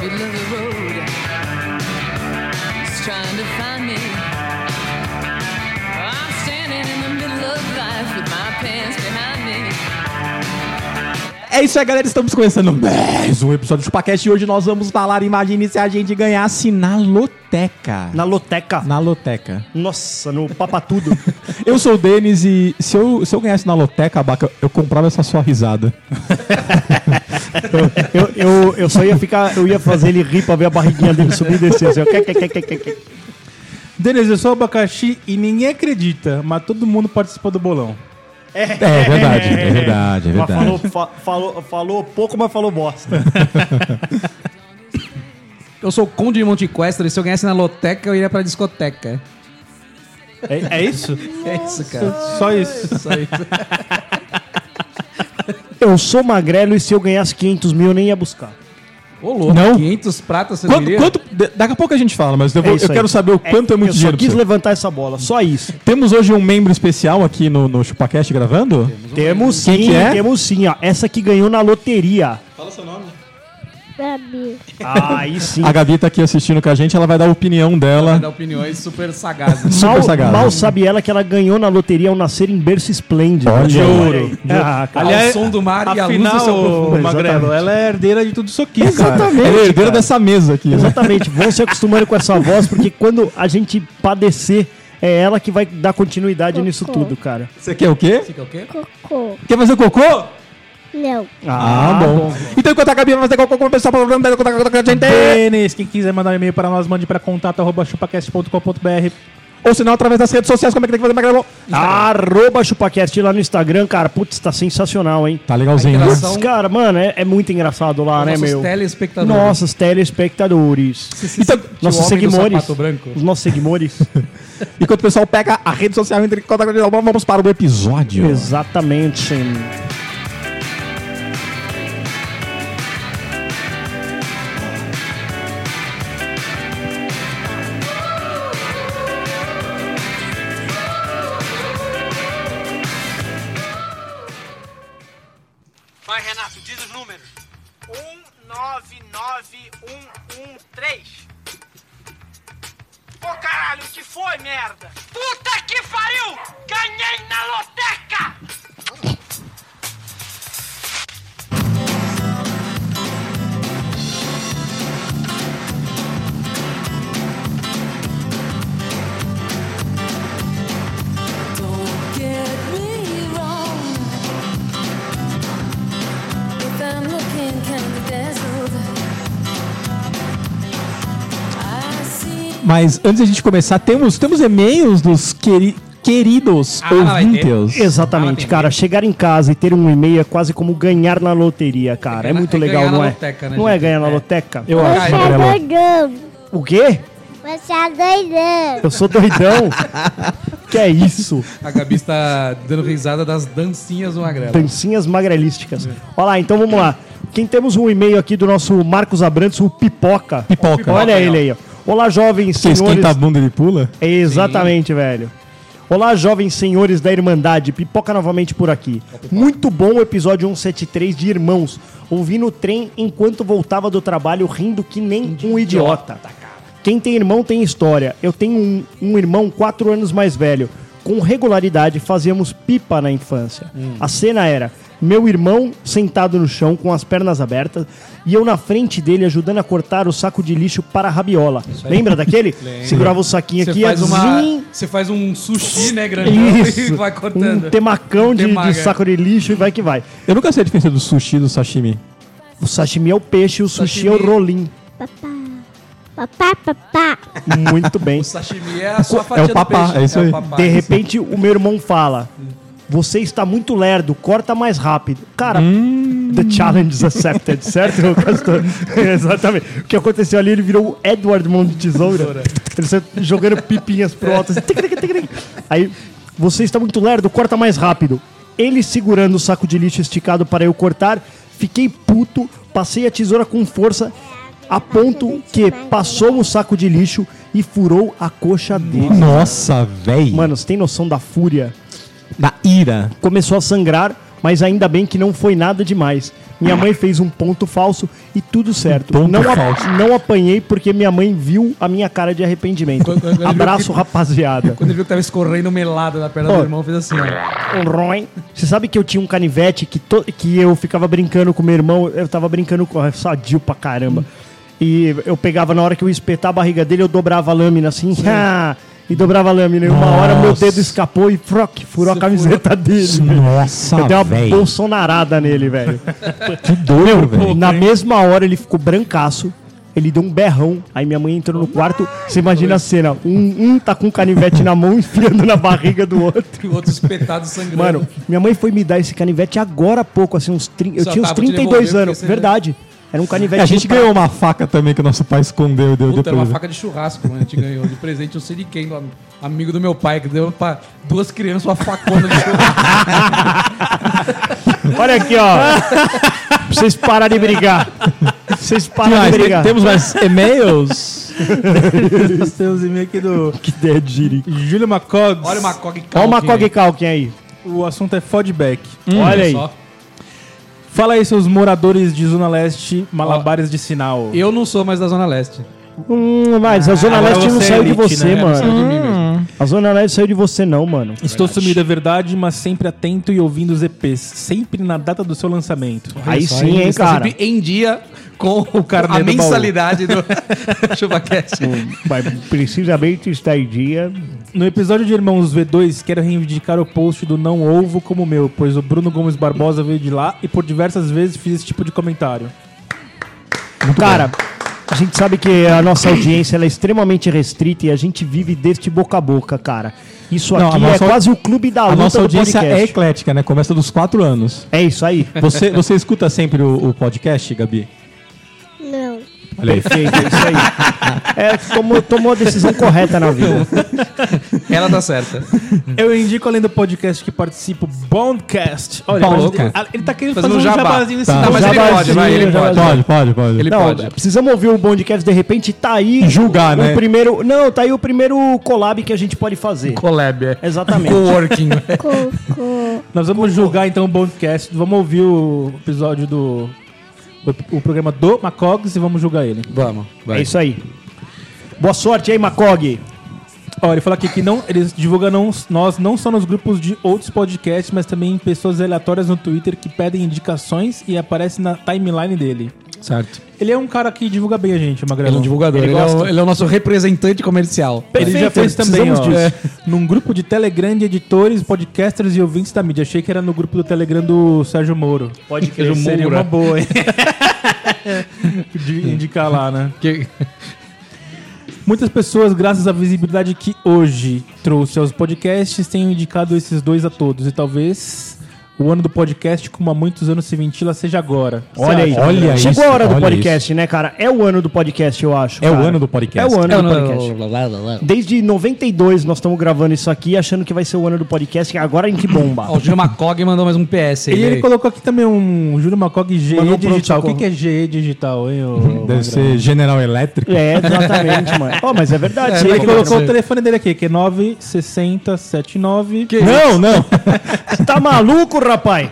middle of the road. It's trying to find me. I'm standing in the middle of life with my pants behind me. É isso aí, galera. Estamos começando mais um episódio do Chupacast e hoje nós vamos falar, imagine se a gente ganhasse na loteca. Na loteca. Na loteca. Nossa, no papatudo. Eu sou o Denis e se eu, se eu ganhasse na loteca, Abaca, eu comprava essa sua risada. eu, eu, eu só ia ficar, eu ia fazer ele rir pra ver a barriguinha dele subir e descer. Assim, ó. Que, que, que, que, que, que. Denise, eu sou o abacaxi e ninguém acredita, mas todo mundo participou do bolão. É verdade, é verdade, é Mas falou, verdade. fa- falou, falou pouco, mas falou bosta. Eu sou o Conde de Monte Quester e se eu ganhasse na loteca, eu iria pra discoteca. É, é isso? É isso, cara. Só isso. Só isso. Eu sou magrelo e se eu ganhasse 500 mil eu nem ia buscar. Ô, louco, Não. 500 pratas, você Quanto, diria? quanto- d- daqui a pouco a gente fala, mas eu, vou- É isso eu aí. quero saber o quanto é, muito eu dinheiro. só quis pra você. levantar essa bola, só isso. Temos hoje um membro especial aqui no, no ChupaCast gravando? Temos sim, que é? temos sim, ó. Essa que ganhou na loteria. Gabi, Aí sim. A Gabi tá aqui assistindo com a gente, ela vai dar a opinião Vai dela. dar opiniões super sagazes. super Mal, sagaz, né? mal sabe ela que ela ganhou na loteria ao nascer em berço esplêndido. Olha. De ouro. Ah, cara. Ao som do mar e à luz do afinal, céu profundo. ô, Magrelo, Exatamente. ela é herdeira de tudo isso aqui, cara. Ela é herdeira dessa mesa aqui. né? Exatamente, vão se acostumando com essa voz, porque quando a gente padecer, é ela que vai dar continuidade nisso tudo, cara. Você quer o quê? Você quer o quê? cocô, Quer fazer cocô? não, Ah, bom. Então, enquanto a Gabi vai fazer cocô com o pessoal, pra contar com a gente. Denis, quem quiser mandar um e-mail para nós, mande para contato.chupacast.com.br. Ou senão, através das redes sociais, como é que tem que fazer pra gravar? Arroba ChupaCast lá no Instagram, cara. Putz, tá sensacional, hein? Tá legalzinho, né? A Putz, interação- cara, mano, é, é muito engraçado lá, né, Nossos meu? telespectadores. Nossos telespectadores. Então, Nossos homem do seguidores. sapato branco. Os nossos seguidores. enquanto o pessoal pega a rede social, entra em contato com a gente, vamos para o episódio. Exatamente. Vai, Renato, diz os números. 199113. Ô caralho, o que foi, merda? Puta que pariu! Ganhei na loteca! Don't get me wrong. If I'm looking kind of dazzled, I see. Mas antes da gente começar, temos, temos e-mails dos queri- queridos Ah, vai ter. ouvintes. Exatamente, Ah, cara. Chegar em casa e ter um e-mail é quase como ganhar na loteria, cara. É, ganhar- muito é legal, ganhar não na é? loteca, né, não é gente? ganhar na É. loteca? Eu acho, você é Gabriela. doidão, O quê? você é doidão, Eu sou doidão? que é isso? A Gabi está dando risada das dancinhas do Magrelo. Dancinhas magrelísticas. Olha lá, então vamos lá. Quem temos um e-mail aqui do nosso Marcos Abrantes, o Pipoca. Pipoca. Olha ele aí, ó. Olá, jovens Que senhores. esquenta a bunda, ele pula? É, Exatamente, velho. Olá, jovens senhores da Irmandade, pipoca novamente por aqui. Muito bom o episódio 173 de Irmãos. Ouvi no trem enquanto voltava do trabalho rindo que nem um idiota. Quem tem irmão tem história. Eu tenho um, um irmão quatro anos mais velho. Com regularidade fazíamos pipa na infância. A cena era meu irmão sentado no chão com as pernas abertas e eu na frente dele ajudando a cortar o saco de lixo para a rabiola. Lembra daquele? Segurava o saquinho Você aqui faz, é uma, zin- você faz um sushi, né, grandão, e vai cortando. Um temacão de, Temaga. de saco de lixo e vai que vai. Eu nunca sei a diferença do sushi e do sashimi. O sashimi é o peixe, o sushi é o Sashimi. rolim. papá, papá, Muito bem. O sashimi é a sua É fatia o do papá, peixe. é isso aí. o papá. De repente, o meu irmão fala: Você está muito lerdo, corta mais rápido. Cara, The challenge is accepted, certo, Castor? Exatamente. O que aconteceu ali, ele virou o Edward Mão de Tesoura. ele saiu jogando pipinhas pro alto. assim, tic, tic, tic, tic. Aí, você está muito lerdo, corta mais rápido. Ele segurando o saco de lixo esticado para eu cortar, fiquei puto, passei a tesoura com força, a ponto que passou o saco de lixo e furou a coxa dele. Nossa, velho. Mano, você tem noção da fúria? Da ira. começou a sangrar, mas ainda bem que não foi nada demais. Minha mãe fez um ponto falso e tudo certo. ponto não, a- falso. não apanhei porque minha mãe viu a minha cara de arrependimento. Quando- quando ele Abraço, viu rapaziada. Quando ele viu que tava escorrendo melada da perna Ó. do irmão, fez assim, ó. Roim. Você sabe que eu tinha um canivete que, to- que eu ficava brincando com meu irmão, eu tava brincando com é sadio pra caramba. E eu pegava na hora que eu espetar a barriga dele, eu dobrava a lâmina assim, ah, e dobrava a lâmina. E uma hora meu Nossa. dedo escapou e froc, furou a camiseta dele. Eu dei Nossa, uma velho. bolsonarada nele, velho. Que doido, velho. Na mesma hora ele ficou brancaço. Ele deu um berrão, aí minha mãe entrou no quarto. Você imagina a cena: um, um tá com um canivete na mão, enfiando na barriga do outro. E o outro espetado sangrando. Mano, minha mãe foi me dar esse canivete agora há pouco, assim, uns 30. Eu Só tinha uns tava te 32 devolver anos, porque você- verdade. Era um canivete. A gente pra- ganhou uma faca também que o nosso pai escondeu e deu Puta, era uma depois. faca de churrasco, mano. A gente ganhou de presente um siriquém do am- amigo do meu pai, que deu pra duas crianças uma facona de churrasco. Olha aqui, ó. pra vocês pararem de brigar. Pra vocês Que pararem mais? de brigar. Temos mais e-mails? Nós temos e-mail aqui do que ideia de giri. Júlio Macogs. Olha o Macog Olha o Calkin Macog aí. Calkin aí. O assunto é Fodback. Olha aí. Só. Fala aí, seus moradores de Zona Leste, malabares de sinal. Eu não sou mais da Zona Leste. Hum, mas a Zona agora Leste não você é saiu de elite, você, né? mano. Sou de mim mesmo. A Zona Leste saiu de você, não, mano. Estou sumido, é verdade, mas sempre atento e ouvindo os EPs, sempre na data do seu lançamento. Aí só, sim, hein, Está cara. sempre em dia com o carnê a do baú. mensalidade do ChupaCast. Hum. Mas precisamente está em dia. No episódio de Irmãos V2, quero reivindicar o post do Não Ovo como meu, pois o Bruno Gomes Barbosa veio de lá e por diversas vezes fiz esse tipo de comentário. Cara, a gente sabe que a nossa audiência ela é extremamente restrita e a gente vive deste boca a boca, cara. Isso Não, aqui a nossa- é quase o clube da A luta nossa do audiência é podcast. eclética, né? Começa dos quatro anos. É... isso aí. Você, você escuta sempre o, o podcast, Gabi? não. Olha aí. Perfeito, é isso aí. É, tomou, tomou a decisão correta na vida. Ela tá certa. Eu indico, além do podcast que participo, Bondcast. Olha, Bondcast. mas ele tá querendo Fazendo fazer um jabá. jabazinho nesse Tá. Não, mas ele Jabazinho, pode, vai, ele pode. jabazinho. Pode, pode, pode. Ele Não, pode. precisamos ouvir o Bondcast, de repente tá aí. Julgar, o né? Primeiro, não, tá aí o primeiro collab que a gente pode fazer. Collab, é. Exatamente. Coworking. Coco. Nós vamos julgar então o Bondcast. Vamos ouvir o episódio do. O, o programa do Macogs e vamos julgar ele. Vamos, vai. É isso aí. Boa sorte aí, Macog. Ó, ele fala aqui que não, eles divulgam não- nós não só nos grupos de outros podcasts, mas também em pessoas aleatórias no Twitter que pedem indicações e aparecem na timeline dele. Certo. Ele é um cara que divulga bem a gente, Magrelo. Ele é um divulgador. Ele, é, gosta. o, ele é o nosso representante comercial. Ele já fez também, precisamos ó, É, disso. num grupo de Telegram de editores, podcasters e ouvintes da mídia. Achei que era no grupo do Telegram do Sérgio Moro. Pode Sérgio Seria uma boa, hein? de indicar lá, né? Que- Muitas pessoas, graças à visibilidade que hoje trouxe aos podcasts, tenham indicado esses dois a todos. E talvez o ano do podcast, como há muitos anos se ventila, seja agora. Olha aí. Olha Chegou a isso, hora do olha podcast, né, cara? É o ano do podcast, eu acho. É o cara. ano do podcast. É o ano É o do no- podcast. Desde 92 nós estamos gravando isso aqui, achando que vai ser o ano do podcast. Agora em que bomba. Ó, o Gil Macog mandou mais um PS. aí, E ele daí. colocou aqui também um Júlio Macog GE Mandou digital. um O que, pronto-socorro. que é GE digital, hein? ô Deve Magrelo? ser General Electric. É, exatamente, mano. Ó, mas é verdade. Ele né, será que colocou o não- telefone dele aqui, que é 96079. Não, não. Tá maluco, rapaz?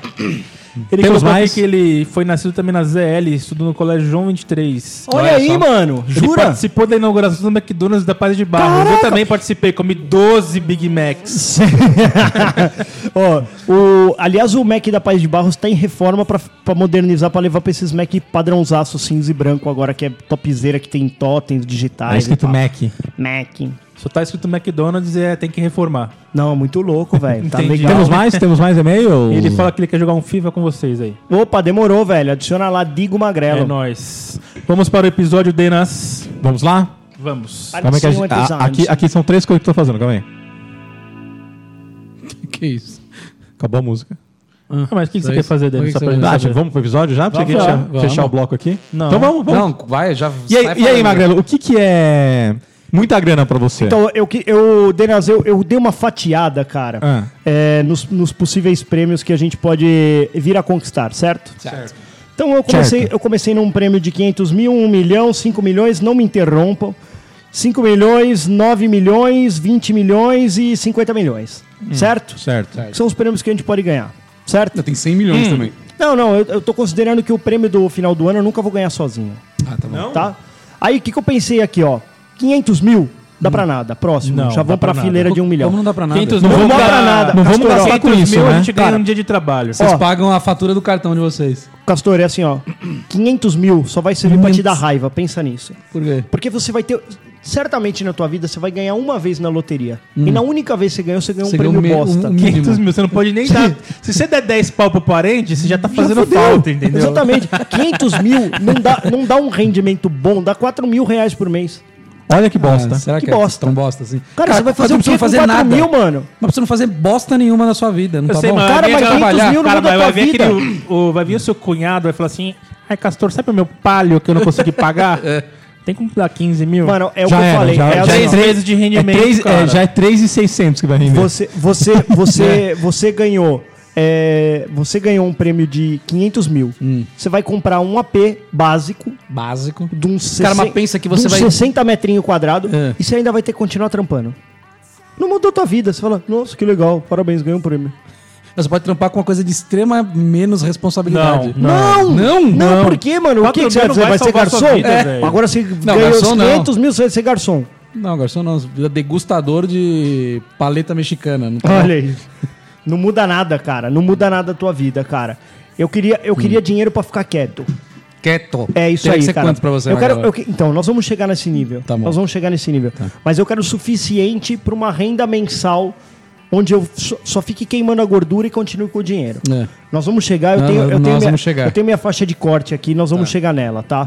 Ele Temos colocou mais? aqui que ele foi nascido também na ZL, estudou no Colégio João 23. Olha aí, mano. Ele Jura? participou da inauguração do McDonald's da Paz de Barros. Eu também participei, comi 12 Big Macs. Ó, o, aliás, o Mac da Paz de Barros tá em reforma pra, pra modernizar, pra levar pra esses Mac padrãozaço cinza e branco agora, que é topzera, que tem totens digitais. Tá escrito e tal. Mac. Mac. Só tá escrito McDonald's e é, tem que reformar. Não, muito louco, velho. Tá Entendi. legal. Temos mais? Temos mais e-mail? E ele fala que ele quer jogar um FIFA com vocês aí. Opa, demorou, velho. Adiciona lá Digo É Magrelo. nóis. Vamos para o episódio de nas... Vamos lá? Vamos. Adiciona Calma aí é que a gente- o a- episódio. aqui, aqui são três coisas que eu tô fazendo, calma aí. Que isso? Acabou a música. Ah, mas o que, que você Dois. quer fazer, Por Dani? que Só que pra você gente vai saber. fazer? Ah, já vamos pro episódio já? Porque a gente Vamos, ia vamos. fechar o bloco aqui. Não. Então vamos, vamos. Não, vai, já E sai aí, e aí falando. Magrelo, o que, que é muita grana pra você? Então, eu, que- eu, Denaz, eu, eu dei uma fatiada, cara, Ah. é, nos, nos possíveis prêmios que a gente pode vir a conquistar, certo? Certo. Então, eu comecei, Certo. eu comecei num prêmio de 500 mil, 1 milhão, 5 milhões, não me interrompam. 5 milhões, 9 milhões, 20 milhões e 50 milhões, certo? Hum. certo. Que São os prêmios que a gente pode ganhar, certo? Ainda tem 100 milhões também. Não, não, eu, eu tô considerando que o prêmio do final do ano eu nunca vou ganhar sozinho, Ah, tá bom. tá? Aí, o que, que eu pensei aqui, ó? 500 mil, dá Hum. pra nada, próximo, Não, já dá vou pra, pra nada. fileira de 1 milhão. Como não dá pra nada? 500 mil, Vocês Não vamos dá- dar nada. Não vamos Castor, gastar com 500 isso, mil, né? a A gente gente ganha um um dia de trabalho. Ó, pagam a fatura do cartão de vocês. Castor, é assim, ó. 500 mil só vai servir pra te dar raiva, pensa nisso. Por quê? Porque você vai ter. Certamente na tua vida você vai ganhar uma vez na loteria. E na única vez que você ganhou, você ganhou Hum. Você um prêmio ganhou um me- bosta. um- um- 500 mil, você não pode nem dar. Se você der 10 pau pro parente, você já tá Já fazendo fudeu. falta, entendeu? Exatamente. 500 mil não dá, não dá um rendimento bom, dá 4 mil reais por mês. Olha que bosta. Ah, será Que que, bosta. é tão bosta assim? Cara, você vai fazer o não quê precisa com fazer 4 nada. mil, mano? Mas você não fazer bosta nenhuma na sua vida, não Eu tá sei, bom? mas Cara, vai vir mas aquela 500 mil não cara, muda vai, a vai tua vir aquele, o, vai vir o seu cunhado, vai falar assim, ai, Castor, sabe o meu palho que eu não consegui pagar? Tem como dar 15 mil? Mano, é o Já que eu era, falei. já- é já já assim, é ó. 13 de É rendimento, três, cara. é, já é 3,600 que vai render. Você, você, você, você ganhou. é, você ganhou um prêmio de 500 mil. Hum. Você vai comprar um AP básico Básico. de uns Cara, mas 60 pensa que de você uns vai- 60 metrinho quadrado É. e você ainda vai ter que continuar trampando. Não mudou tua vida. Você fala, nossa, que legal, parabéns, ganhou um prêmio. Você pode trampar com uma coisa de extrema menos responsabilidade. Não! Não, não. por quê, mano? O Quatro que, que você vai mil fazer? não vai Vai ser salvar garçom? sua vida, É. velho. Agora você Não, ganhou garçom não. 500 mil, você vai ser garçom. Não, garçom não. É Degustador de paleta mexicana. Não tá bom? Olha aí. Não muda nada, cara. Não muda nada a tua vida, cara. Eu queria, eu queria dinheiro pra ficar quieto. Quieto. É isso Teria aí, Hum. que ser cara. quanto pra você, eu quero, Magrela? eu que- Então, nós vamos chegar nesse nível. Tá bom. nós vamos chegar nesse nível. Mas eu quero o suficiente para uma renda mensal onde eu só, só fique queimando a gordura e continue com o dinheiro. É. Nós vamos chegar, eu Não, tenho, eu nós- tenho nós minha, vamos chegar. Uhum. eu tenho minha faixa de corte aqui, nós vamos chegar nela, tá?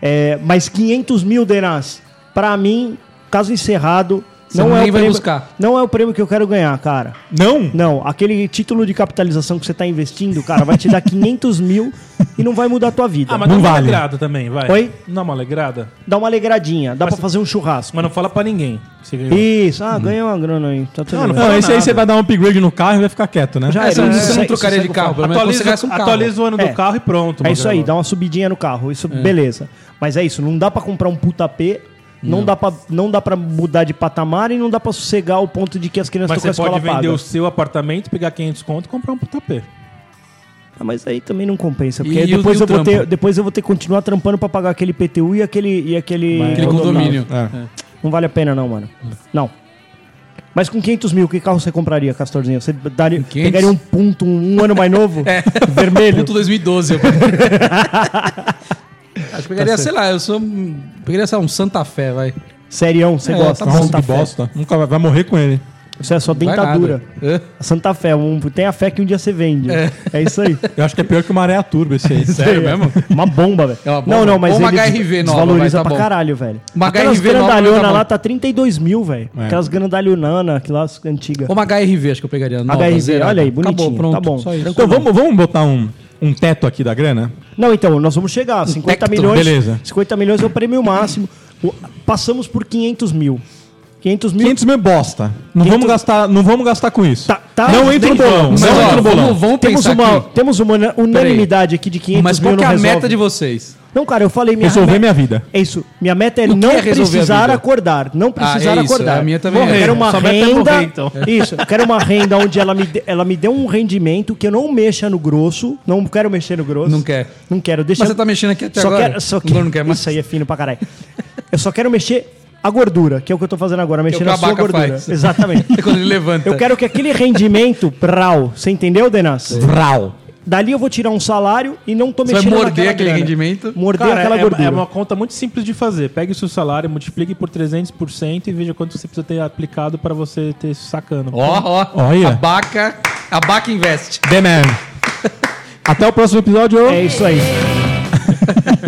É, mas 500 mil denas, para mim, caso encerrado, Você não é, nem o vai prêmio, buscar. não é o prêmio que eu quero ganhar, cara. Não? Não, aquele título de capitalização que você tá investindo, cara, vai te dar 500 mil e não vai mudar a tua vida. Ah, mas Não dá uma vale. alegrada também, vai. Oi? Dá uma alegrada. Dá uma alegradinha, dá pra fazer um churrasco. Mas não fala pra ninguém. que Você ganhou. Isso, ah, ganha uma grana aí. Tá tudo Não, bem. fala esse aí nada. você vai dar um upgrade no carro e vai ficar quieto, né? Já É, era, você não- isso você não aí- trocaria isso aí de carro, pelo menos quando você Atualiza, gasta um carro. atualiza o ano É. do carro e pronto. É isso aí, Magrelo. dá uma subidinha no carro. Isso, beleza. Mas é isso, não dá pra comprar um puta P, não, dá pra, não dá pra mudar de patamar e não dá pra sossegar o ponto de que as crianças Mas estão você com a escola pode vender paga. o seu apartamento, pegar 500 conto e comprar um tapê. Ah, mas aí também não compensa, porque E aí o- depois, e o eu vou ter, trampo? depois eu vou ter que continuar trampando pra pagar aquele PTU e aquele. E aquele, Aquele condomínio. É. Não vale a pena, não, mano. Não. Mas com 500 mil, que carro você compraria, Castorzinho? Você daria, 500? pegaria um ponto, um, um ano mais novo? É. Vermelho? Ponto 2012. Eu... Acho que Tá pegaria, sei lá, eu sou. um- Pegaria, sei lá, um Santa Fé, vai. Serião, um, você É, gosta. tá Santa bom. Nossa, que Fé. bosta. Nunca vai, vai morrer com ele. Isso é só Vai dentadura. nada. É. Hã? A Santa Fé, um, tem a fé que um dia você vende. É, isso aí. Eu acho que é pior que o Maré Turbo esse aí. Então Sério mesmo? Uma bomba, velho. É uma bomba. não, não, mas Ou uma ele HRV nova, desvaloriza vai, tá pra bom. caralho, velho. Uma Aquelas HRV nova grandalhona vai dar lá bom. tá 32 mil, velho. É. Aquelas grandalhonas, aquelas antigas. Ou uma HRV, acho que eu pegaria. Nova, HRV, zerada. olha aí, bonitinho, Acabou, pronto. tá bom. Só isso. Então vamos, vamos botar um, um teto aqui da grana? Não, então, nós vamos chegar. 50 Tecto, milhões. Hum, beleza. 50 milhões é o prêmio máximo. O- passamos por 500 mil. 500 mil. 500 mil é bosta. Não, 500 Vamos gastar, não vamos gastar com isso. Tá- tá- não entra no nem bolão. vamos. Não Mas, ó, entra no bolão. vamos- vamos temos, pensar uma, aqui. temos uma una- unanimidade aqui de 500 Mas mil. qual que é não a resolve. meta de vocês? Não, cara, eu falei minha Resolver me- minha vida. É isso. Minha meta é O que não é resolver a precisar vida? acordar. Não precisar Ah, é isso, acordar. a minha também Eu é. quero uma Sua meta é renda. morrer, então. Isso. Eu quero uma renda onde ela me, dê- ela me dê um rendimento que eu não mexa no grosso. Não quero mexer no grosso. Não quer. Não quero. Deixa Mas eu- você tá mexendo aqui até só agora. Quero, só Agora quero, não quer mais. Isso aí é fino pra caralho. Eu só quero mexer a gordura, que é o que eu tô fazendo agora, mexer o na sua Kabaka gordura. faz. Exatamente. É quando ele levanta. eu quero que aquele rendimento, prau, você entendeu, Denas? Vral. Dali eu vou tirar um salário e não tô Você mexendo vai morder naquela aquele grana. rendimento? Morder Cara, aquela é, gordura. é uma conta muito simples de fazer. Pegue o seu salário, multiplique por 300% e veja quanto você precisa ter aplicado pra você ter isso sacando. Ó, ó. Olha. Abaca. Abaca investe. The Man. Até o próximo episódio. É isso aí.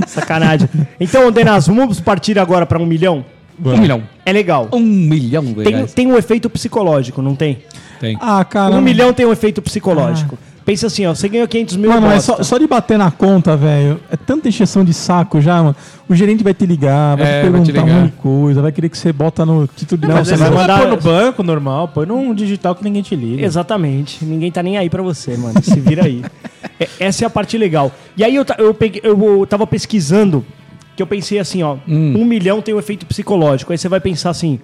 Sacanagem. Então, Denas, vamos partir agora pra um milhão? Um milhão. É legal. Um milhão, Tem, velho. tem um efeito psicológico, não tem? Tem. Ah, cara. Um milhão tem um efeito psicológico. Pensa assim, ó, você ganhou 500 mil Mano, bosta. mas é só, só de bater na conta, velho, é tanta encheção de saco já, mano. O gerente vai te ligar, vai É, te vai te perguntar um ligar. monte de coisa, vai querer que você bota no título de Não, mas você aí você vai pôr no banco normal, põe num digital que ninguém te liga. Exatamente. Ninguém tá nem aí pra você, mano. Se vira aí. É- essa é a parte legal. E aí eu, ta- eu, peguei- eu tava pesquisando, que eu pensei assim, ó, um milhão tem um efeito psicológico. Aí você vai pensar assim,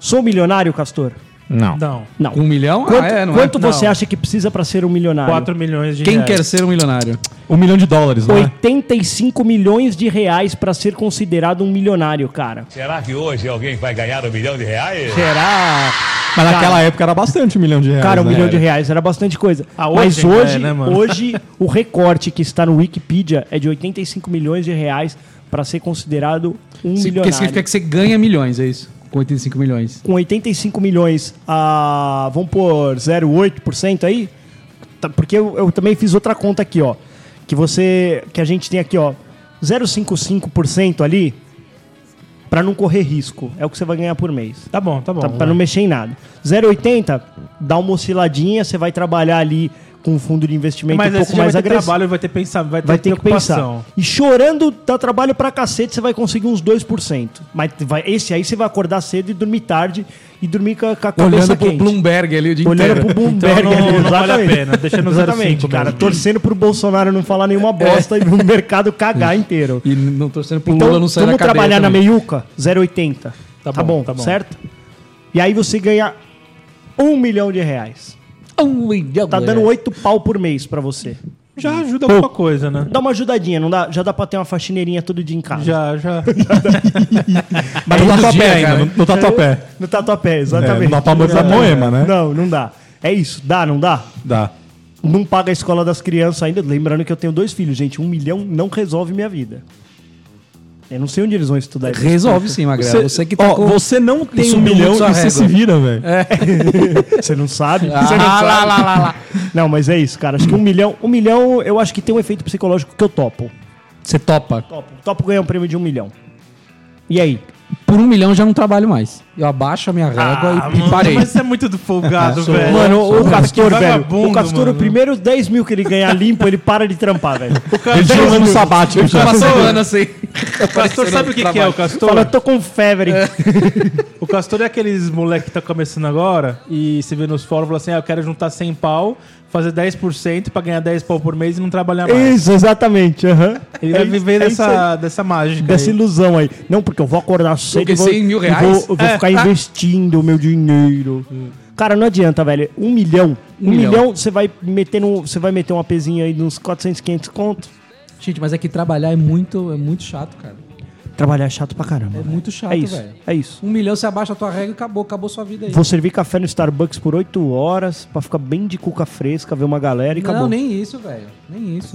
sou milionário, Castor? Não. Não. Não. Um milhão? Quanto, ah, é, não quanto é? você Não. acha que precisa pra ser um milionário? 4 milhões de Quem reais. quer ser um milionário? Um milhão de dólares, não é? 85 milhões de reais pra ser considerado um milionário, cara. Será que hoje alguém vai ganhar um milhão de reais? Será? Mas naquela época era bastante um milhão de reais. Cara, um né? milhão de reais era bastante coisa. Ah, Mas hoje, hoje, é, né, mano? hoje o recorte que está no Wikipedia é de 85 milhões de reais para ser considerado um Sim, Porque milionário. significa que você ganha milhões, é isso? Com 85 milhões. Com 85 milhões, a, vamos por 0,8% aí? Tá, Porque eu, eu também fiz outra conta aqui, ó. Que você. Que a gente tem aqui, ó. 0,55% ali para não correr risco. É o que você vai ganhar por mês. Tá bom, tá bom. Tá, pra não mexer em nada. 0,80, dá uma osciladadinha, você vai trabalhar ali com um fundo de investimento Mas um aí você pouco já mais vai ter agressivo. trabalho, vai ter, pensar, vai ter Vai ter que preocupação. pensar. E chorando, dá trabalho pra cacete, você vai conseguir uns 2%. Mas vai, esse aí você vai acordar cedo e dormir tarde e dormir com a, com a cabeça Olhando pro quente. Bloomberg ali o dia Olhando inteiro. pro Então Bloomberg. não- não ali, vale a exatamente. pena, deixa no Exatamente, 0,5 cara. mesmo. Torcendo pro Bolsonaro não falar nenhuma bosta e o mercado cagar inteiro. É. E não torcendo pro Então, Lula não vamos sair da né? cadeia trabalhar na também. meiuca? 0,80. Tá Tá, bom, bom, tá bom. certo? E aí você ganha um milhão de reais. Um milhão, Tá é. dando oito pau por mês pra você. Já ajuda alguma coisa, né? Dá uma ajudadinha, não dá? Já dá pra ter uma faxineirinha todo dia em casa. Já, já. Mas não Todo tá tua dia, pé cara. ainda, não- não tá tua pé. No tatuapé, É, exatamente. não dá pra amor da Moema, né? Não, não dá. É isso. Dá, não dá? Dá. Não paga a escola das crianças ainda. Lembrando que eu tenho dois filhos, gente. Um milhão não resolve minha vida. Eu não sei onde eles vão estudar. isso. Resolve sim, Magrela. Você, que tá ó, tacou- você não tem um subiu milhão muito sua e você régua. É. se vira, velho. Você não sabe? Ah, Você não lá, sabe? lá, lá, lá, lá. Não, mas é isso, cara. Acho que um milhão. Um milhão, eu acho que tem um efeito psicológico que eu topo. Você topa. Topo. Topo ganhar um prêmio de um milhão. E aí? Por um milhão já não trabalho mais. Eu abaixo a minha régua e parei. Mas você é muito do folgado, velho. Mano, o- o Castor, Que velho. vagabundo, O Castor, mano. o primeiro 10 mil que ele ganhar limpo, ele para de trampar, velho. Ele tinha um ano sabático já. Passou um ano assim. O Castor sabe o que, que é o Castor? Fala, eu tô com febre. O Castor é aqueles moleque que tá começando agora e você vê nos fóruns fala assim: ah, eu quero juntar 100 pau, fazer 10% pra ganhar 10 pau por mês e não trabalhar mais. Isso, exatamente. aham. Ele vai tá É isso- viver é isso aí. dessa, dessa mágica. É. Dessa aí. ilusão aí. Não, porque eu vou acordar cedo. Porque e vou- 100 mil e vou- reais? É, tá. Hum. eu vou ficar investindo o meu dinheiro. Cara, não adianta, velho. Um milhão. Um, Um milhão. milhão, você vai meter num, você vai meter uma pezinha aí de uns 400, 500 conto. Gente, mas é que trabalhar é muito, é muito chato, cara. Trabalhar é chato pra caramba. É muito chato, é isso. velho. É isso. Um milhão, você abaixa a tua régua e acabou. Acabou sua vida aí. Vou servir café no Starbucks por 8 horas pra ficar bem de cuca fresca, ver uma galera e não, acabou. nem isso, velho. Nem isso.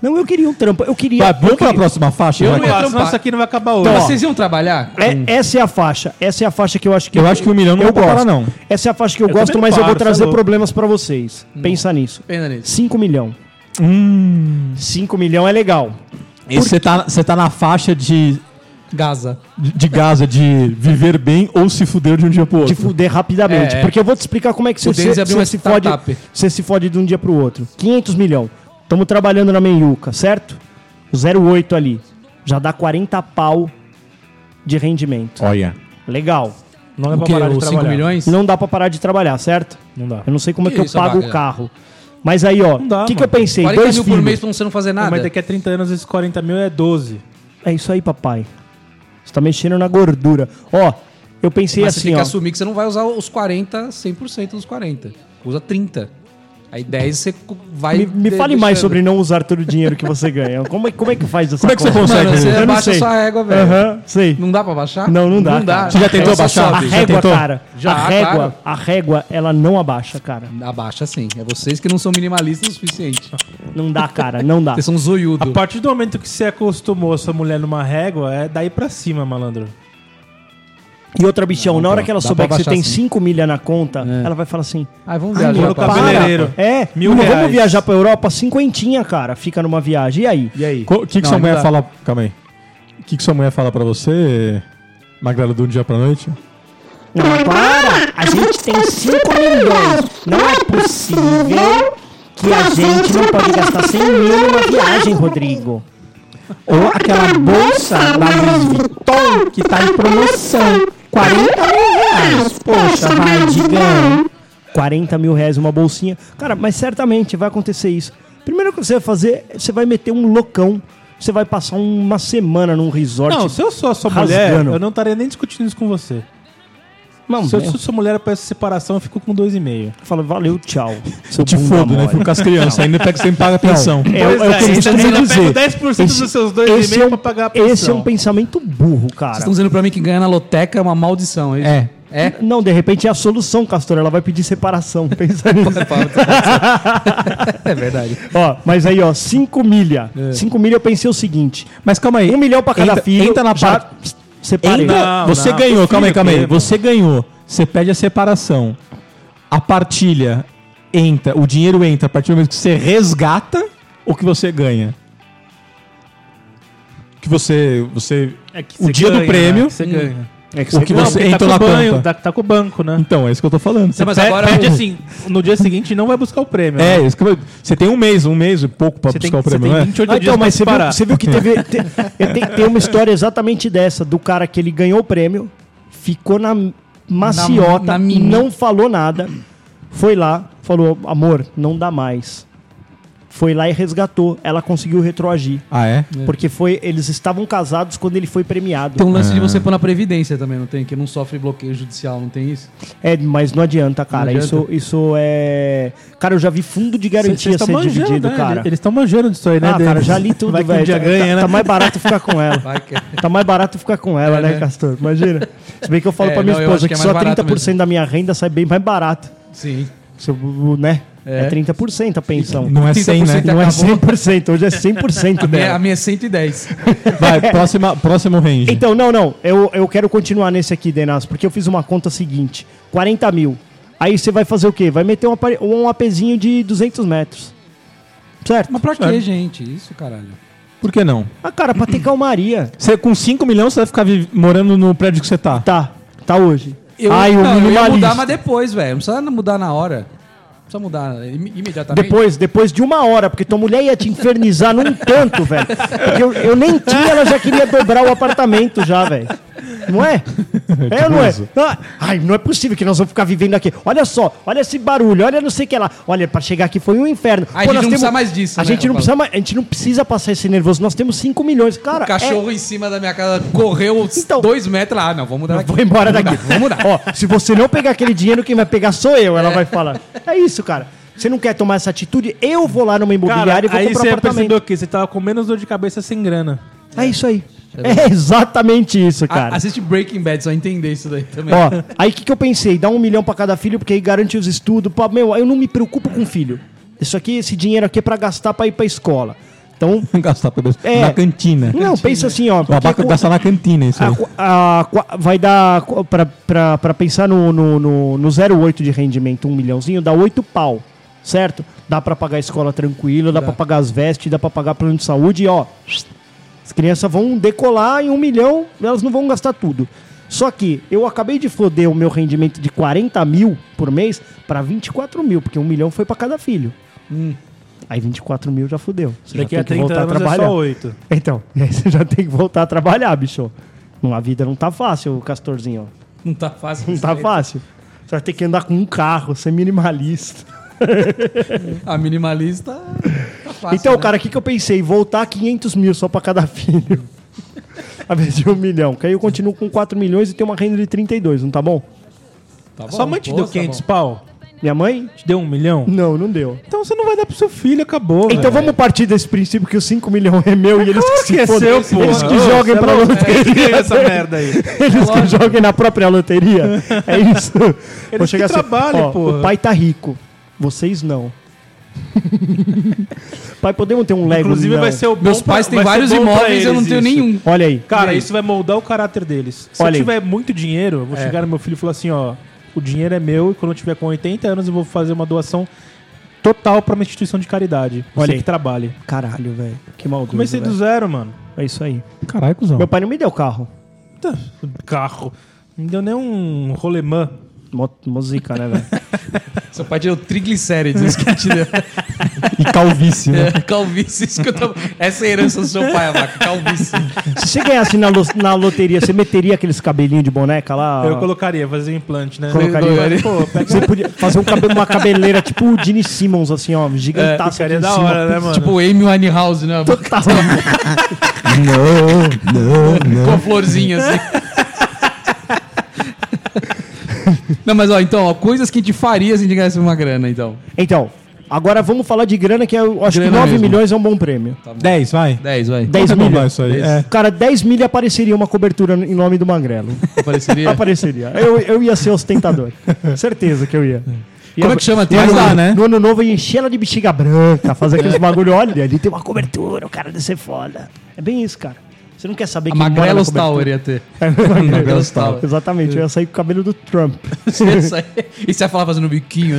Não, eu queria um trampo. Eu queria. Vai, eu vamos pra queria... próxima faixa? Eu vai. não ia- Ah, senão isso aqui não vai acabar hoje. Então, Mas vocês iam trabalhar? Hum. É, essa é a faixa. Essa é a faixa que eu acho que Hum. Eu acho que um milhão não eu dá pra parar, gosto. não. Essa é a faixa que eu, Eu gosto, também mas eu paro, vou cê é trazer louco. problemas pra vocês. Hum. Pensa nisso. Pena nisso. 5 milhão. Hum. 5 milhão é legal. Esse Você tá, você tá na faixa de, Gaza. de, de Gaza de viver bem ou se fuder de um dia pro De outro. fuder rapidamente. É, é. Porque eu vou te explicar como é que O você, Denis você, abriu uma você, se fode, startup. você se fode de um dia pro outro. 500 milhão. Estamos trabalhando na meiuca, certo? 08 ali. Já dá 40 pau de rendimento. Olha. Legal. Não dá O pra quê? parar de Os 5 trabalhar. milhões? Não dá pra parar de trabalhar, certo? Não dá. Eu não sei como é Que que eu isso, pago o Magrelo? carro. Mas aí, ó, dá, o que, que mano. eu pensei? 40 mil Dois por filhos. mês pra você não fazer nada. Mas daqui a 30 anos esses 40 mil é 12. É isso aí, papai. Você tá mexendo na gordura. Ó, eu pensei Mas você assim, tem que ó. assumir que você não vai usar os 40, 100% dos 40. Usa 30. Aí 10 você co- vai. Me, me de- fale mais deixando. sobre não usar todo o dinheiro que você ganha. Como é, como é que faz essa Como é que você conta? consegue? Mano, você Eu não abaixa sei. sua régua, velho. Aham, sei. Não dá pra baixar? Não, não dá, Não dá. cara. Você já tentou Ela só abaixar? A sobe. Já régua, tentou? cara. Já, a régua, claro. a régua, ela não abaixa, cara. Abaixa sim. É vocês que não são minimalistas o suficiente. Não dá, cara, não dá. Vocês são um A zoiudo. partir do momento que você acostumou sua mulher numa régua, é daí pra cima, malandro. E outra bichão, na hora que ela dá souber pra que você tem abaixar sim. É. 5 milha na conta, ela vai falar assim: Aí vamos Ah, viajar no pra cabelo- lá. cabeleireiro. para. É, Mil não reais. vamos viajar pra Europa, cinquentinha, cara, fica numa viagem. E aí? E aí? O que, que Não, sua não mulher dá. fala. Calma aí. O que, que sua mulher fala pra você, Magrela, do dia pra noite? Não, para! A gente tem 5 milhões. Não é possível que a gente não pode gastar 100 mil numa viagem, Rodrigo. Ou aquela bolsa da Louis Vuitton que tá em promoção. 40 mil reais. Poxa, vai, né? digão. 40 mil reais uma bolsinha. Cara, mas certamente vai acontecer isso. Primeiro que você vai fazer, você vai meter um loucão. Você vai passar uma semana num resort. Não, se eu sou a sua mulher, Rasgando. eu não estaria nem discutindo isso com você. Não, Se eu eu sou sua mulher, eu peço separação, eu fico com 2,5. falo, valeu, tchau. Seu Te bunda fodo, né? mole. Fico com as crianças. Ainda pega sem paga a pensão. É, é o que eu costumo dizer. 10% Esse- esse é um- Esse é um pensamento burro, cara. Vocês estão dizendo pra mim que ganhar na loteca é uma maldição, é isso? É. É? Não, de repente é a solução, Castor. Ela vai pedir separação. Pensa nisso. É verdade. ó, mas aí, ó, 5 milha. 5 milha eu pensei o seguinte: Mas calma aí. 1 um milhão pra cada É. entra, filho. Entra na já parte. Separei. Ainda, Não, você não, ganhou, filho calma aí, calma aí. teve. Você ganhou, você pede a separação. A partilha entra, o dinheiro entra a partir do momento que você resgata ou que você ganha? Que você. É você o dia do prêmio. É hum, Você né? ganha. É que O que Não, você porque tá entrou na com o banho, conta. tá, tá com o banco, né? Então, é isso que eu tô falando. Você mas Pe- agora pede o- assim, no dia seguinte não vai buscar o prêmio. É, né? isso que eu- você tem um mês, um mês e pouco pra Você tem, buscar o você prêmio, tem né? 28 Ah, dias então, mas você pra viu, parar. você viu que teve. te- é, tem, tem uma história exatamente dessa, do cara que ele ganhou o prêmio, ficou na maciota, na mini. não falou nada, foi lá, falou, amor, não dá mais. Foi lá e resgatou. Ela conseguiu retroagir. Ah, é? Porque foi, eles estavam casados quando ele foi premiado. Tem um lance de você Ah. pôr na Previdência também, não tem? Que não sofre bloqueio judicial, não tem isso? É, mas não adianta, cara. Não adianta. Isso, isso é. Cara, eu já vi fundo de garantia ser dividido, né? cara. Eles- Eles estão manjando disso aí, né? Ah, cara, Denis? já li tudo, Vai que velho. um dia Tá- ganha, tá, né? tá mais barato ficar com ela. Vai que... Tá mais barato ficar com ela, É, né, né? Castor? Imagina. Se bem que eu falo É, pra minha não, eu esposa acho que, que é só mais barato 30% da minha renda sai bem mais barato. Sim. Se eu- né? É. É. 30% a pensão. Não é 100, né? 30% Não é acabou. 100%, hoje é 100% A minha, a dela. minha é 110. Vai, próxima, próximo range. Então, não, não. Eu, eu quero continuar nesse aqui, Denas, porque eu fiz uma conta seguinte: 40 mil. Aí você vai fazer o quê? Vai meter um, apare- um apezinho de 200 metros. Certo? Mas pra que, gente? Isso, caralho. Por que não? Ah, cara, pra ter calmaria. Você, com 5 milhões, você vai ficar vi- morando no prédio que você tá. Tá, tá hoje. Eu, Ai, o não, eu ia minimalista. mudar, mas depois, velho. Não precisa mudar na hora. Não precisa mudar im- imediatamente. Depois, depois de uma hora, porque tua mulher ia te infernizar num tanto, velho. Porque eu, eu nem tinha, ela já queria dobrar o apartamento já, velho. Não é? É ou não é? isso. Ah, Ai, não é possível que nós vamos ficar vivendo aqui. Olha só, olha esse barulho, olha não sei o que lá. Olha, pra chegar aqui foi um inferno. A gente nós não precisa mais disso, A né, gente não Paulo? precisa mais, a gente não precisa passar esse nervoso. Nós temos 5 milhões, cara. é- O cachorro em cima da minha casa correu Então- dois metros. Ah, não, vou mudar É, daqui. vou embora Vou daqui. mudar, Vou mudar. Ó, se você não pegar aquele dinheiro, quem vai pegar sou eu, ela vai falar. É isso, cara. Você não quer tomar essa atitude? Eu vou lá numa Cara, imobiliária e vou aí comprar um você apartamento. percebeu que você tava com menos dor de cabeça sem grana. É isso aí. É exatamente isso, A- cara. assiste Breaking Bad, só entender isso daí também. Ó, aí o que, que eu pensei? Dar um milhão pra cada filho, porque aí garante os estudos. Pô, meu, eu não me preocupo com filho. Isso aqui, esse dinheiro aqui é pra gastar pra ir pra escola. Então, Gastar pra É. na cantina. não, pensa assim, ó. O abaca porque Ah, gastar na cantina, isso a- aí. a- a- vai dar co- pra, pra, pra pensar no, no, no, no 0,8 de rendimento, um milhãozinho, dá 8 pau, certo? Dá pra pagar a escola tranquilo, dá, pra pagar as vestes, dá pra pagar plano de saúde e ó, as crianças vão decolar em um milhão, elas não vão gastar tudo. Só que eu acabei de foder o meu rendimento de 40 mil por mês pra 24 mil, porque um milhão foi pra cada filho. Aí 24 mil já fodeu. Você já Hum. Daqui tem a que 30 voltar anos é trabalhar. só 8. Então, e aí você já tem que voltar a trabalhar, bicho. Não, A vida não tá fácil, Castorzinho. ó. Não tá fácil. Não isso tá daí. fácil. Você vai ter que andar com um carro, ser minimalista. A minimalista tá fácil. então, né? cara, o que, que eu pensei? Voltar 500 mil só pra cada filho. A vez de um milhão. Que aí eu continuo com 4 milhões e tenho uma renda de 32, não tá bom? Tá bom, Sua mãe te pô, deu tá 500 bom. pau? Minha mãe? Te deu um milhão? Não, não deu. Então você não vai dar pro seu filho, acabou. Então vamos partir desse princípio que os 5 milhões é meu e eles que se fodam. Eles que joguem pra loteria. essa merda aí. Eles que joguem na própria loteria. É isso. Vou chegar assim, que trabalham, ó, porra. O pai tá rico. Vocês não. pai, podemos ter um Lego? Inclusive não. vai ser o bom Meus pra- pais têm vai ser vários bom pra imóveis, eu não eles tenho isso. nenhum. Olha aí. Cara, E aí? isso vai moldar o caráter deles. Se Olha aí. É. eu tiver muito dinheiro, eu vou chegar no meu filho e falar assim, ó, o dinheiro é meu e quando eu tiver com 80 anos eu vou fazer uma doação total pra uma instituição de caridade. Você Olha aí. que trabalhe. Caralho, velho. Que maldade. Comecei do zero, mano. É isso aí. Caralho, cuzão. Meu pai não me deu carro. Tá, Carro. Não deu nem um rolemã. Mó, mó zica, né, velho? Seu pai tirou triglicérides, isso que te deu. E calvície, né? É, Calvície, isso que eu tava... Essa é a herança do seu pai, Amaca, calvície. Se você ganhasse na, lo- na loteria, você meteria aqueles cabelinhos de boneca lá? Eu colocaria, fazer implante, né? colocaria. Pô, pega- Você podia fazer um cabelo, uma cabeleira tipo o Gene Simmons, assim, É, ó, gigantaço. Ficaria aqui em da cima. Tá, hora, né, mano? Tipo o Amy Winehouse, né? Total. Com a florzinha, assim. Não, mas ó, então, ó, coisas que a gente faria se a gente ganhasse uma grana, então. Então, agora vamos falar de grana, que é, eu acho Grana que 9 mesmo. Tá milhões é um bom prêmio. 10, vai. 10, vai. 10 Vamos milha. arrumar isso aí. É. Cara, 10 milha apareceria uma cobertura em nome do Magrelo. Apareceria. Apareceria. Eu, eu ia ser ostentador. Certeza que eu ia. Ia- Como é que chama? Tem Ia um- no- dá, né? No ano novo ia encher ela de bexiga branca, fazer aqueles bagulho. Olha, ali tem uma cobertura, o cara deve ser foda. É bem isso, cara. Você não quer saber A quem mora na Magrelos cobertura. Tower ia ter. É, Magrelos Magrelos Tower. Tower. Exatamente, eu ia sair com o cabelo do Trump. Isso aí. E você ia falar fazendo biquinho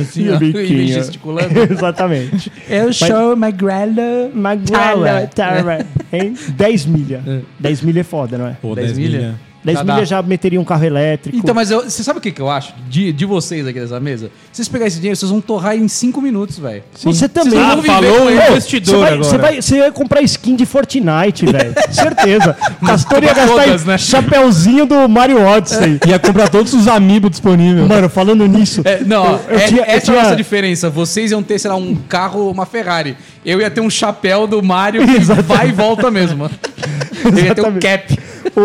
assim, ó, e Um biquinho. É gesticulando. Exatamente. Eu sou Magrelo. Magrela, Tara. tá, Hein? 10 milha. 10 milha é foda, não é? Pô, 10 10 milha. milha. 10 Já dá. milha já meteria um carro elétrico. Então, mas eu- você sabe o que, que eu acho de, de vocês aqui dessa mesa? Se vocês pegarem esse dinheiro, vocês vão torrar em 5 minutos, velho. Você também. não Ah, vão viver falou com o ele. investidor Você vai, agora. você vai, você vai comprar skin de Fortnite, velho. Certeza. Castor ia gastar todas, em né? chapéuzinho do Mario Odyssey. Ia comprar todos os amigos disponíveis. Mano, falando nisso. É, não, ó, eu é- tinha- eu essa é a tinha- nossa diferença. Vocês iam ter, sei lá, um carro, uma Ferrari. Eu ia ter um chapéu do Mario que Exatamente. vai e volta mesmo. Eu ia ter um Exatamente. cap. o-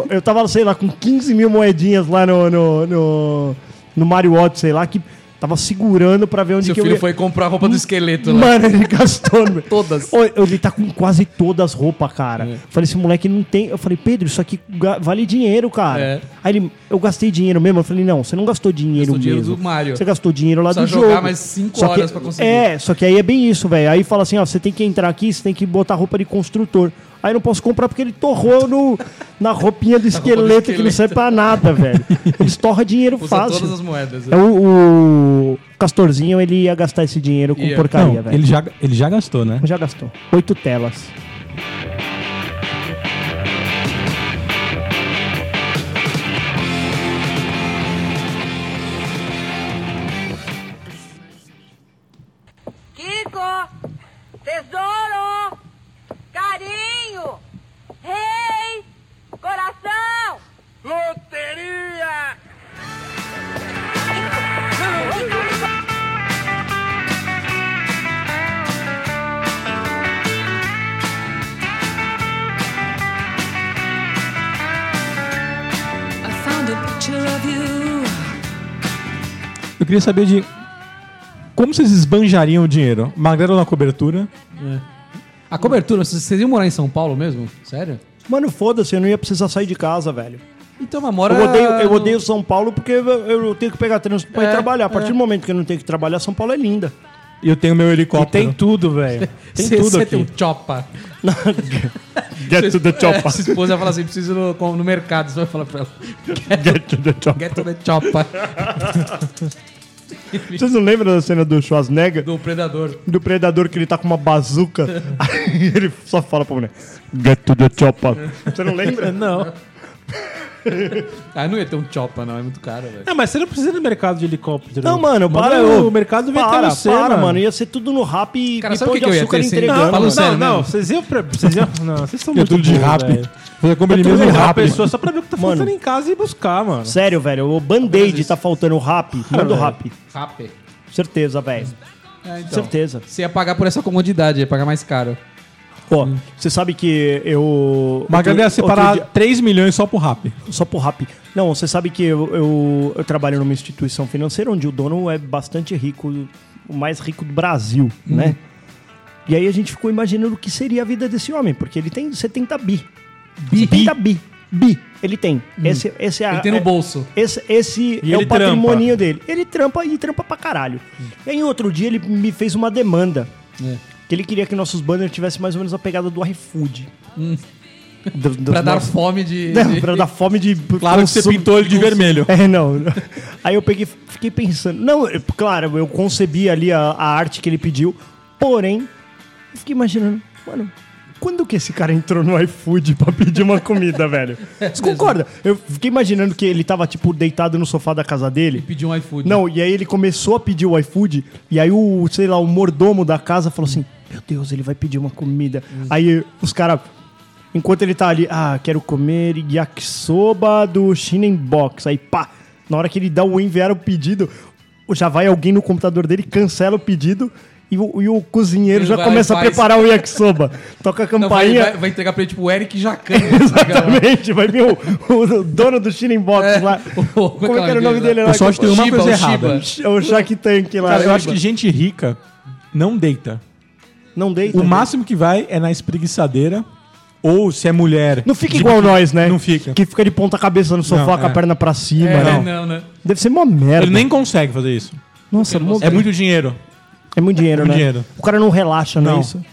o- eu tava, sei lá, com 15 mil moedinhas lá no, no, no, no Mario Odyssey lá, que tava segurando pra ver onde Seu que eu filho ia... foi comprar a roupa do esqueleto lá. Mano, ele gastou. no- Todas. É. Ô, Ele tá com quase todas as roupas, cara. Falei, esse moleque não tem. Eu falei, Pedro, isso aqui ga- vale dinheiro, cara. É. Aí ele, eu gastei dinheiro mesmo. Eu falei, não, você não gastou dinheiro Gastou dinheiro mesmo. do Mario. Você gastou dinheiro lá Precisa do jogar jogo. mais cinco Só horas que, pra conseguir. É, só que aí é bem isso, velho. Aí fala assim, ó, você tem que entrar aqui, você tem que botar roupa de construtor. Aí eu não posso comprar porque ele torrou no, na roupinha do esqueleto, que não esqueleto. serve pra nada, velho. Eles torram dinheiro Usa fácil. todas as moedas. É o, o Castorzinho, ele ia gastar esse dinheiro com Ia. porcaria, Não, velho. ele já, ele já gastou, né? Já gastou. Oito telas. Kiko, tesouro, carinho, rei, coração. Loteria! I found a picture of you. Eu queria saber de. Como vocês esbanjariam o dinheiro? Magrelo na cobertura. A cobertura, vocês vocês iam morar em São Paulo mesmo? Sério? Mano, foda-se, eu não ia precisar sair de casa, velho. Então, mas mora... Eu odeio, eu no- odeio São Paulo porque eu, eu tenho que pegar trânsito pra É, ir trabalhar. A partir do momento que eu não tenho que trabalhar, São Paulo é linda. E eu tenho meu E helicóptero. tem tudo, velho. Tem Você- tudo você aqui. tem um chopa. Get to the É, sua esposa vai falar assim, preciso ir no, com- no mercado. Você vai falar pra ela, Get to the chopper. get to the chopa Vocês não lembram da cena do Schwarzenegger? do predador. Do predador que ele tá com uma bazuca. Aí ele só fala pra mulher: Get to the chopper. Você não lembra? Não. Ah, não ia ter um chopa, não. É muito caro, velho. Não, mas você não precisa ir no mercado de helicóptero. Não, mano, Manda para. O, ô. mercado vem para, até você, para, mano. mano. Ia ser tudo no rap e Cara, e sabe o pão que de que eu ia açúcar ter sem- entregando. Fala Não, mano. sério não, não. mesmo. Vocês iam pra... Vocês iam... Não, vocês são Eu muito né? é tudo de burros, rap. velho. Eu compro ele Eu mesmo vou levar a rápido. pessoa só pra ver o que tá Mano. faltando em casa e buscar, mano. Sério, velho. O band-aid tá faltando o rap. Manda o rap. Rapper. Certeza, velho. É, então. Certeza. Você ia pagar por essa comodidade, ia pagar mais caro. Pô, você sabe que eu. Magrelo ia outro- separar outro 3 milhões só pro rap. dia- só pro rap. Não, você sabe que eu, eu, eu trabalho numa instituição financeira onde o dono é bastante rico, o mais rico do Brasil, Uhum. né? E aí a gente ficou imaginando o que seria a vida desse homem, porque ele tem 70 bi. Bi. 70 bi. Bi. Ele tem. Esse, esse é a- Hum. Ele tem no é- bolso. Esse, esse E é o ele trampa. patrimônio dele. Ele trampa e trampa pra caralho. Hum. E aí, outro dia, ele me fez uma demanda. É. Que ele queria que nossos banners tivessem mais ou menos a pegada do iFood. Do- do- Hum. Pra dar nosso- fome de... Não, de- pra dar fome de. Claro que você consumo- pintou ele de vermelho. É, não. Aí eu peguei, fiquei pensando. Não, eu- claro, eu concebi ali a, a arte que ele pediu. Porém, eu fiquei imaginando, mano, Quando que esse cara entrou no iFood pra pedir uma comida, velho? Você concorda? Eu fiquei imaginando que ele tava, tipo, deitado no sofá da casa dele. Pedir um iFood. Não, e aí ele começou a pedir o iFood, e aí o, sei lá, o mordomo da casa falou assim: Meu Deus, ele vai pedir uma comida. Aí os caras, enquanto ele tá ali, ah, quero comer yakisoba do Shinen Box. Aí pá, na hora que ele dá o enviar o pedido, já vai alguém no computador dele, cancela o pedido. E o, e o cozinheiro Ele já vai começa e a faz. preparar o yakisoba. Toca a Não, vai, campainha. vai, vai entregar pra ele, tipo, o Eric Jacan. Exatamente, vai vir o, o dono do Shinen Box É, lá. o- Como, é que era o nome dele lá? Eu só acho que tem uma Shiba, coisa o errada. É O Shark Tank lá. né, Cara, eu acho que gente rica não deita. Não deita. né? O máximo que vai é na espreguiçadeira. Ou se é mulher. Não fica de- igual nós, né? Não fica. Que fica de ponta cabeça no sofá Não, com a é. perna pra cima. É, né? não, né? Deve ser mó merda. Ele nem consegue fazer isso. Nossa, mó- É muito dinheiro. é muito dinheiro, né? muito dinheiro. O cara não relaxa, não, é Não. isso?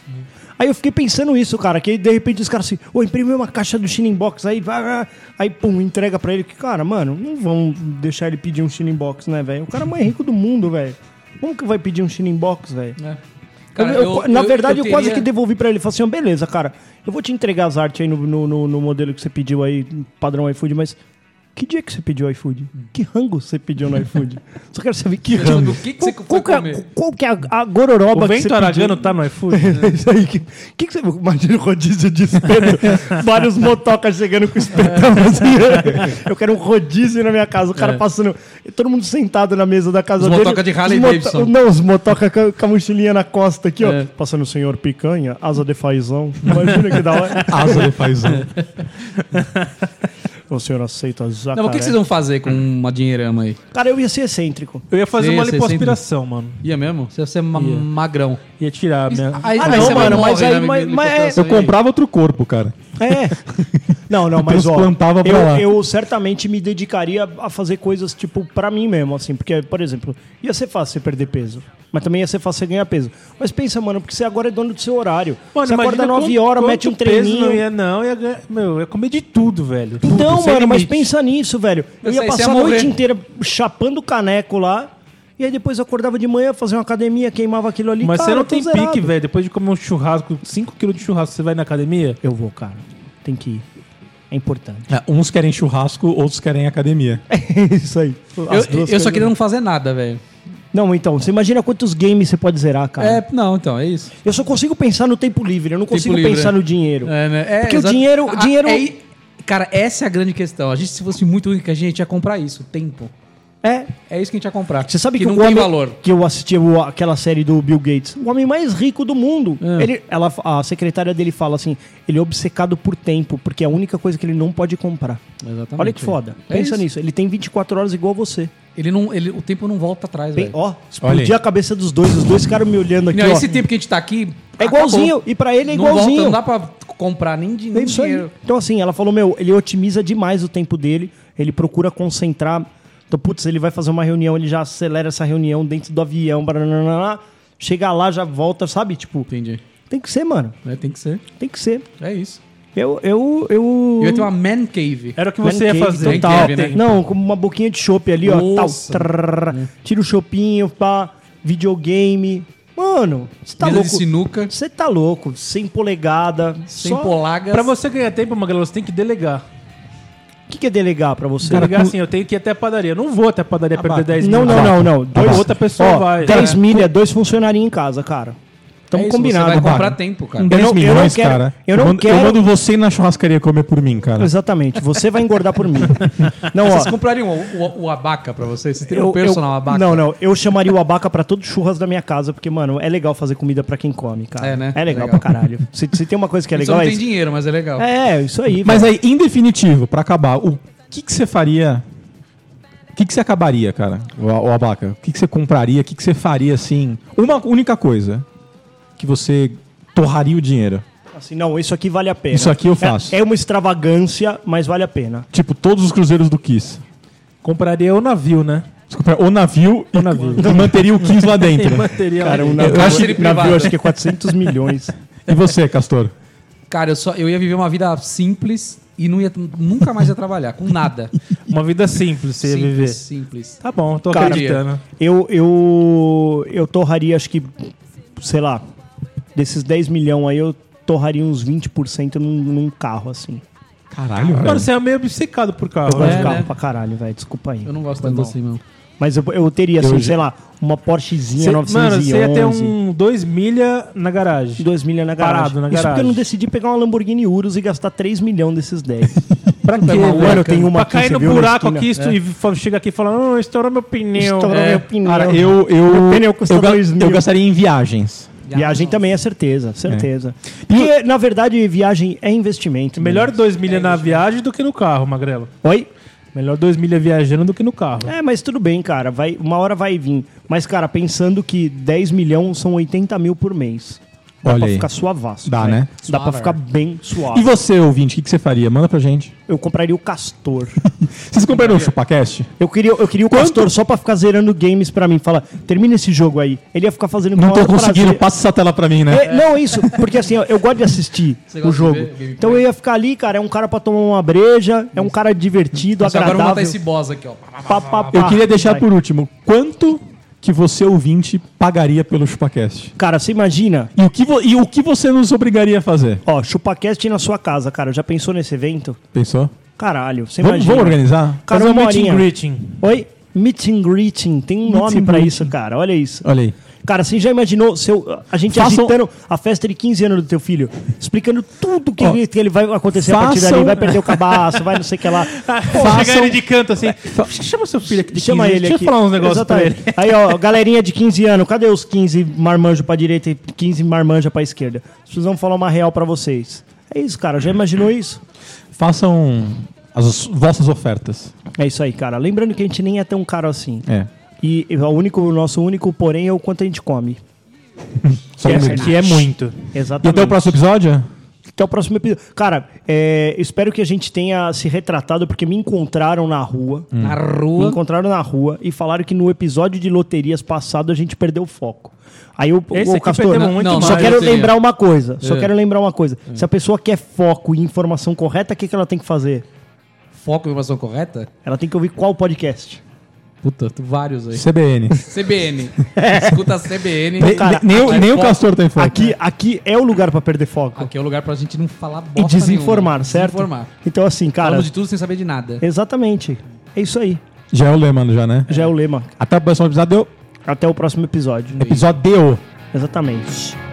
Aí eu fiquei pensando isso, cara, que de repente os caras assim, ô, imprime uma caixa do Shining Box, aí vai, vai, aí pum, entrega pra ele, que cara, mano, não vão deixar ele pedir um Shining Box, né, velho? O cara é o mais rico do mundo, velho. Como que vai pedir um Shining Box, velho? É. Eu- eu- na verdade, eu, quase que teria- devolvi pra ele. Falei assim, ó, beleza, cara. Eu vou te entregar as artes aí no, no, no- no modelo que você pediu aí, padrão iFood, mas que dia que você pediu iFood? Que rango você pediu no iFood? Só quero saber que Tipo, rango. do que que você qual, foi qual que é, comer? qual que é a, a gororoba O que você vento aragano pediu? tá no iFood? Isso aí. Que, que que você... Imagina o rodízio de espeto. vários motocas chegando com espetão. assim. Eu quero um rodízio na minha casa. O cara passando... Todo mundo sentado na mesa da casa É. Os dele. motoca de Harley Os moto- Davidson. Não, os motoca com a- com a mochilinha na costa aqui, ó. É. Passando o senhor picanha, asa de fazão. Imagina que da hora. Asa do paizão. O senhor aceita jacaré. Não, mas o que que vocês vão fazer com Hum. uma dinheirama aí? Cara, eu ia ser excêntrico. Eu ia fazer Sim, uma sim, lipoaspiração, mano. Ia mesmo? Você ia ser ma- magrão. Ia tirar a minha... Aí, Ah, não, você vai mano, morrer mas aí- na assim. mas- mas- lipoaspiração Eu aí. comprava outro corpo, cara. É. Não, não, mas ó, Transplantava pra eu, lá. eu certamente me dedicaria a fazer coisas, tipo, pra mim mesmo, assim. Porque, por exemplo, ia ser fácil você perder peso. Mas também ia ser fácil você ganhar peso. Mas pensa, mano, porque você agora é dono do seu horário. você acorda 9 horas, mete um treininho. Não ia, não, ia, ganhar- meu, ia comer de tudo, velho. Tudo, Então, sem mano, mas limite. pensa nisso, velho. Eu Mas ia aí você passar a ia morrer. noite inteira chapando o caneco lá. E aí depois eu acordava de manhã, fazia uma academia, queimava aquilo ali. Mas você Cara, não eu tô tem zerado. pique, velho. Depois de comer um churrasco, 5kg de churrasco, você vai na academia? Eu vou, cara. Tem que ir. É importante. É, uns querem churrasco, outros querem academia. É isso aí. As duas Eu, eu só coisas. queria não fazer nada, velho. Não, então, você imagina quantos games você pode zerar, cara. É, não, então, é isso. Eu só consigo pensar no tempo livre, eu não consigo livre, pensar é. no dinheiro. É, né? É, Porque o exato. dinheiro. o Ah, dinheiro... é i- cara, essa é a grande questão. A gente, se fosse muito rico, a gente ia comprar isso, tempo. é, É isso que a gente ia comprar. Você sabe que, não o tem homem valor. que eu assisti o- aquela série do Bill Gates, o homem mais rico do mundo. É. Ele, ela, a secretária dele fala assim, ele é obcecado por tempo, porque é a única coisa que ele não pode comprar. Exatamente. Olha que foda. É Pensa isso. nisso. Ele tem 24 horas igual você. Ele não, ele, o tempo não volta atrás, Bem, velho. ó, Olha explodi aí. a cabeça dos dois, os dois ficaram me olhando aqui, É. Não, ó. esse tempo que a gente tá aqui. É acabou. igualzinho, e pra ele é Não, volta, igualzinho. não dá pra comprar nem, de, É nem isso aí. dinheiro. Então, assim, ela falou, meu, ele otimiza demais o tempo dele, ele procura concentrar. Então, putz, ele vai fazer uma reunião, ele já acelera essa reunião dentro do avião, baranana, chega lá, já volta, sabe? Tipo, Entendi. tem que ser, mano. É, tem que ser. Tem que ser. É isso. Eu, eu, eu... Eu ia ter uma man cave. Era o que Man você ia cave fazer. Total. Man cave, né? Não, como uma boquinha de chopp ali, ó. Tal, Nossa. Trrr. tira o chopinho, pá, videogame. Mano, você tá mesa de louco. sinuca, Você tá louco. Sem polegada. sem só- polagas. Pra você ganhar tempo, Magalhães, você tem que delegar. O que, que é delegar pra você? Delegar assim, eu tenho que ir até a padaria. Eu não vou até a padaria perder 10 Ah, Não, minutos. não, não, não. Dois- outra pessoa ó, vai. 10 milha, dois funcionários em casa, cara. né? é Tamo isso, combinado. Você vai cara. comprar tempo, cara. Com 10 não- eu não milhões, quero- cara. eu não mando, quero- eu mando você ir na churrascaria comer por mim, cara. Exatamente. Você vai engordar por mim. Não, ó. Vocês comprariam o, o- o abaca pra vocês? Vocês teriam Eu, um personal eu- abaca? Não, não. Eu chamaria o abaca pra todos os churras da minha casa, porque, mano, é legal fazer comida pra quem come, cara. É, né? É legal, pra Legal. caralho. Se, se tem uma coisa que é Só legal, não é tem isso. dinheiro, mas é legal. É, isso aí. Mas velho. aí, em definitivo, pra acabar, o que, que você faria? O que, que você acabaria, cara? O, o abaca? O que, que você compraria? O que, que você faria assim? Uma única coisa que você torraria o dinheiro. Assim, não, isso aqui vale a pena. Isso aqui eu É- faço. É, uma extravagância, mas vale a pena. Tipo, todos os cruzeiros do Kiss. Compraria o navio, né? Você compraria o navio, O navio. e manteria o Kiss lá dentro. Manteria Cara, um lá. navio, acho que- navio acho que é 400 milhões. e você, Castor? Cara, eu, só, eu ia viver uma vida simples e não ia, nunca mais ia trabalhar, com nada. Uma vida simples você ia simples, viver. simples. Tá bom, tô Cara, acreditando. Eu, eu, eu torraria, acho que, sei lá, desses 10 milhões aí, eu torraria uns 20% num, num carro, assim. Caralho, Mano, velho. você é meio obcecado por carro. Eu gosto né? de É, carro né? pra caralho, velho. Desculpa aí. Eu não gosto Foi tanto mal. assim, não. Mas eu, eu teria, assim, Eu sei lá, uma Porschezinha Cê- 911. mano, você ia ter um 2 milha na garagem. 2 milhões na garagem. Parado na Isso porque eu garagem. não decidi pegar uma Lamborghini Urus e gastar 3 milhões desses 10. Pra quê? Mano, velho? tem uma é pra aqui, cair você no viu na buraco esquina? É. aqui isto- e fa- chega aqui falando, oh, estourou meu pneu. Estourou É. meu pneu. Cara, eu, eu, Meu pneu é custa eu, ga- dois mil. eu gastaria em viagens. Viagem também é certeza, certeza. É. Porque, na verdade, viagem é investimento. Melhor né? 2 milha na viagem do que no carro, Magrelo. Oi? Melhor 2 milha viajando do que no carro. É, mas tudo bem, cara. Vai, uma hora vai vir. Mas, cara, pensando que 10 milhões são 80 mil por mês. Dá Olha pra aí. ficar suavaço. Dá, velho. né? Dá pra ficar é. bem suave. E você, ouvinte, o que, que você faria? Manda pra gente. Eu compraria o Castor. Vocês compraram o ChupaCast? Eu queria, eu queria o Castor só pra ficar zerando games pra mim. Fala, termina esse jogo aí. Ele ia ficar fazendo com Não o tô maior conseguindo, prazer. passa essa tela pra mim, né? É, não, é isso, porque assim, ó, eu gosto de assistir Você o gosta de jogo. ver gameplay? então eu ia ficar ali, cara, é um cara pra tomar uma breja, é um cara divertido, Nossa, agora eu agradável. Hum. vou matar esse boss aqui, ó. Pá, pá, pá. Ah, Eu queria deixar Vai. por último. Quanto que você, ouvinte, pagaria pelo ChupaCast? Cara, você imagina, E o que, vo- e o que você nos obrigaria a fazer? ó, chupacast na sua casa, cara, já pensou nesse evento? Pensou? Caralho, você Vamos, imagina. vamos organizar? Cara, Fazer um uma meet and horinha. greeting. Oi? Meet and greeting, tem um nome and pra greeting. isso, cara, olha isso. Olha aí. Cara, você já imaginou seu, a gente Façam- agitando a festa de 15 anos do teu filho, explicando tudo que, Ó, ele, que ele vai acontecer a partir façam- dali, vai perder o cabaço, vai não sei o que lá. Pô, Chega ele de canto assim. Chama seu filho aqui de Chama 15, ele Ah, deixa aqui. eu falar uns negócios pra ele. Exatamente. Aí, ó, galerinha de 15 anos, cadê os 15 marmanjo pra direita e 15 marmanja pra esquerda? Precisamos falar uma real pra vocês. É isso, cara. Já imaginou isso? Façam as vossas ofertas. É isso aí, cara. Lembrando que a gente nem é tão caro assim. É. E e o, único, o nosso único porém é o quanto a gente come. Só um minuto. Que é muito. E Exatamente. até o próximo episódio? Até o próximo episódio. Cara, é, espero que a gente tenha se retratado, porque me encontraram na rua. Na Me rua. encontraram na rua e falaram que no episódio de loterias passado a gente perdeu o foco. Aí o, Esse o né? aqui perdemos muito Não, só mais quero loteria. lembrar uma coisa. Só É. quero lembrar uma coisa. Se a pessoa quer foco e informação correta, o que, que ela tem que fazer? Foco em informação correta? Ela tem que ouvir qual podcast? Puta, tem vários aí. CBN. CBN. É. Escuta a CBN. Ne- cara, ne- nem o- aqui- nem o Castor tem foco. Aqui, aqui é o lugar pra perder foco. Aqui é o lugar pra gente não falar bosta e desinformar, nenhuma. certo? Desinformar. Então assim, cara, Falamos de tudo sem saber de nada. exatamente. É isso aí. Já é o lema, já, né? Já é o lema. Até o próximo episódio. Até o próximo episódio. Episódio deu. Exatamente.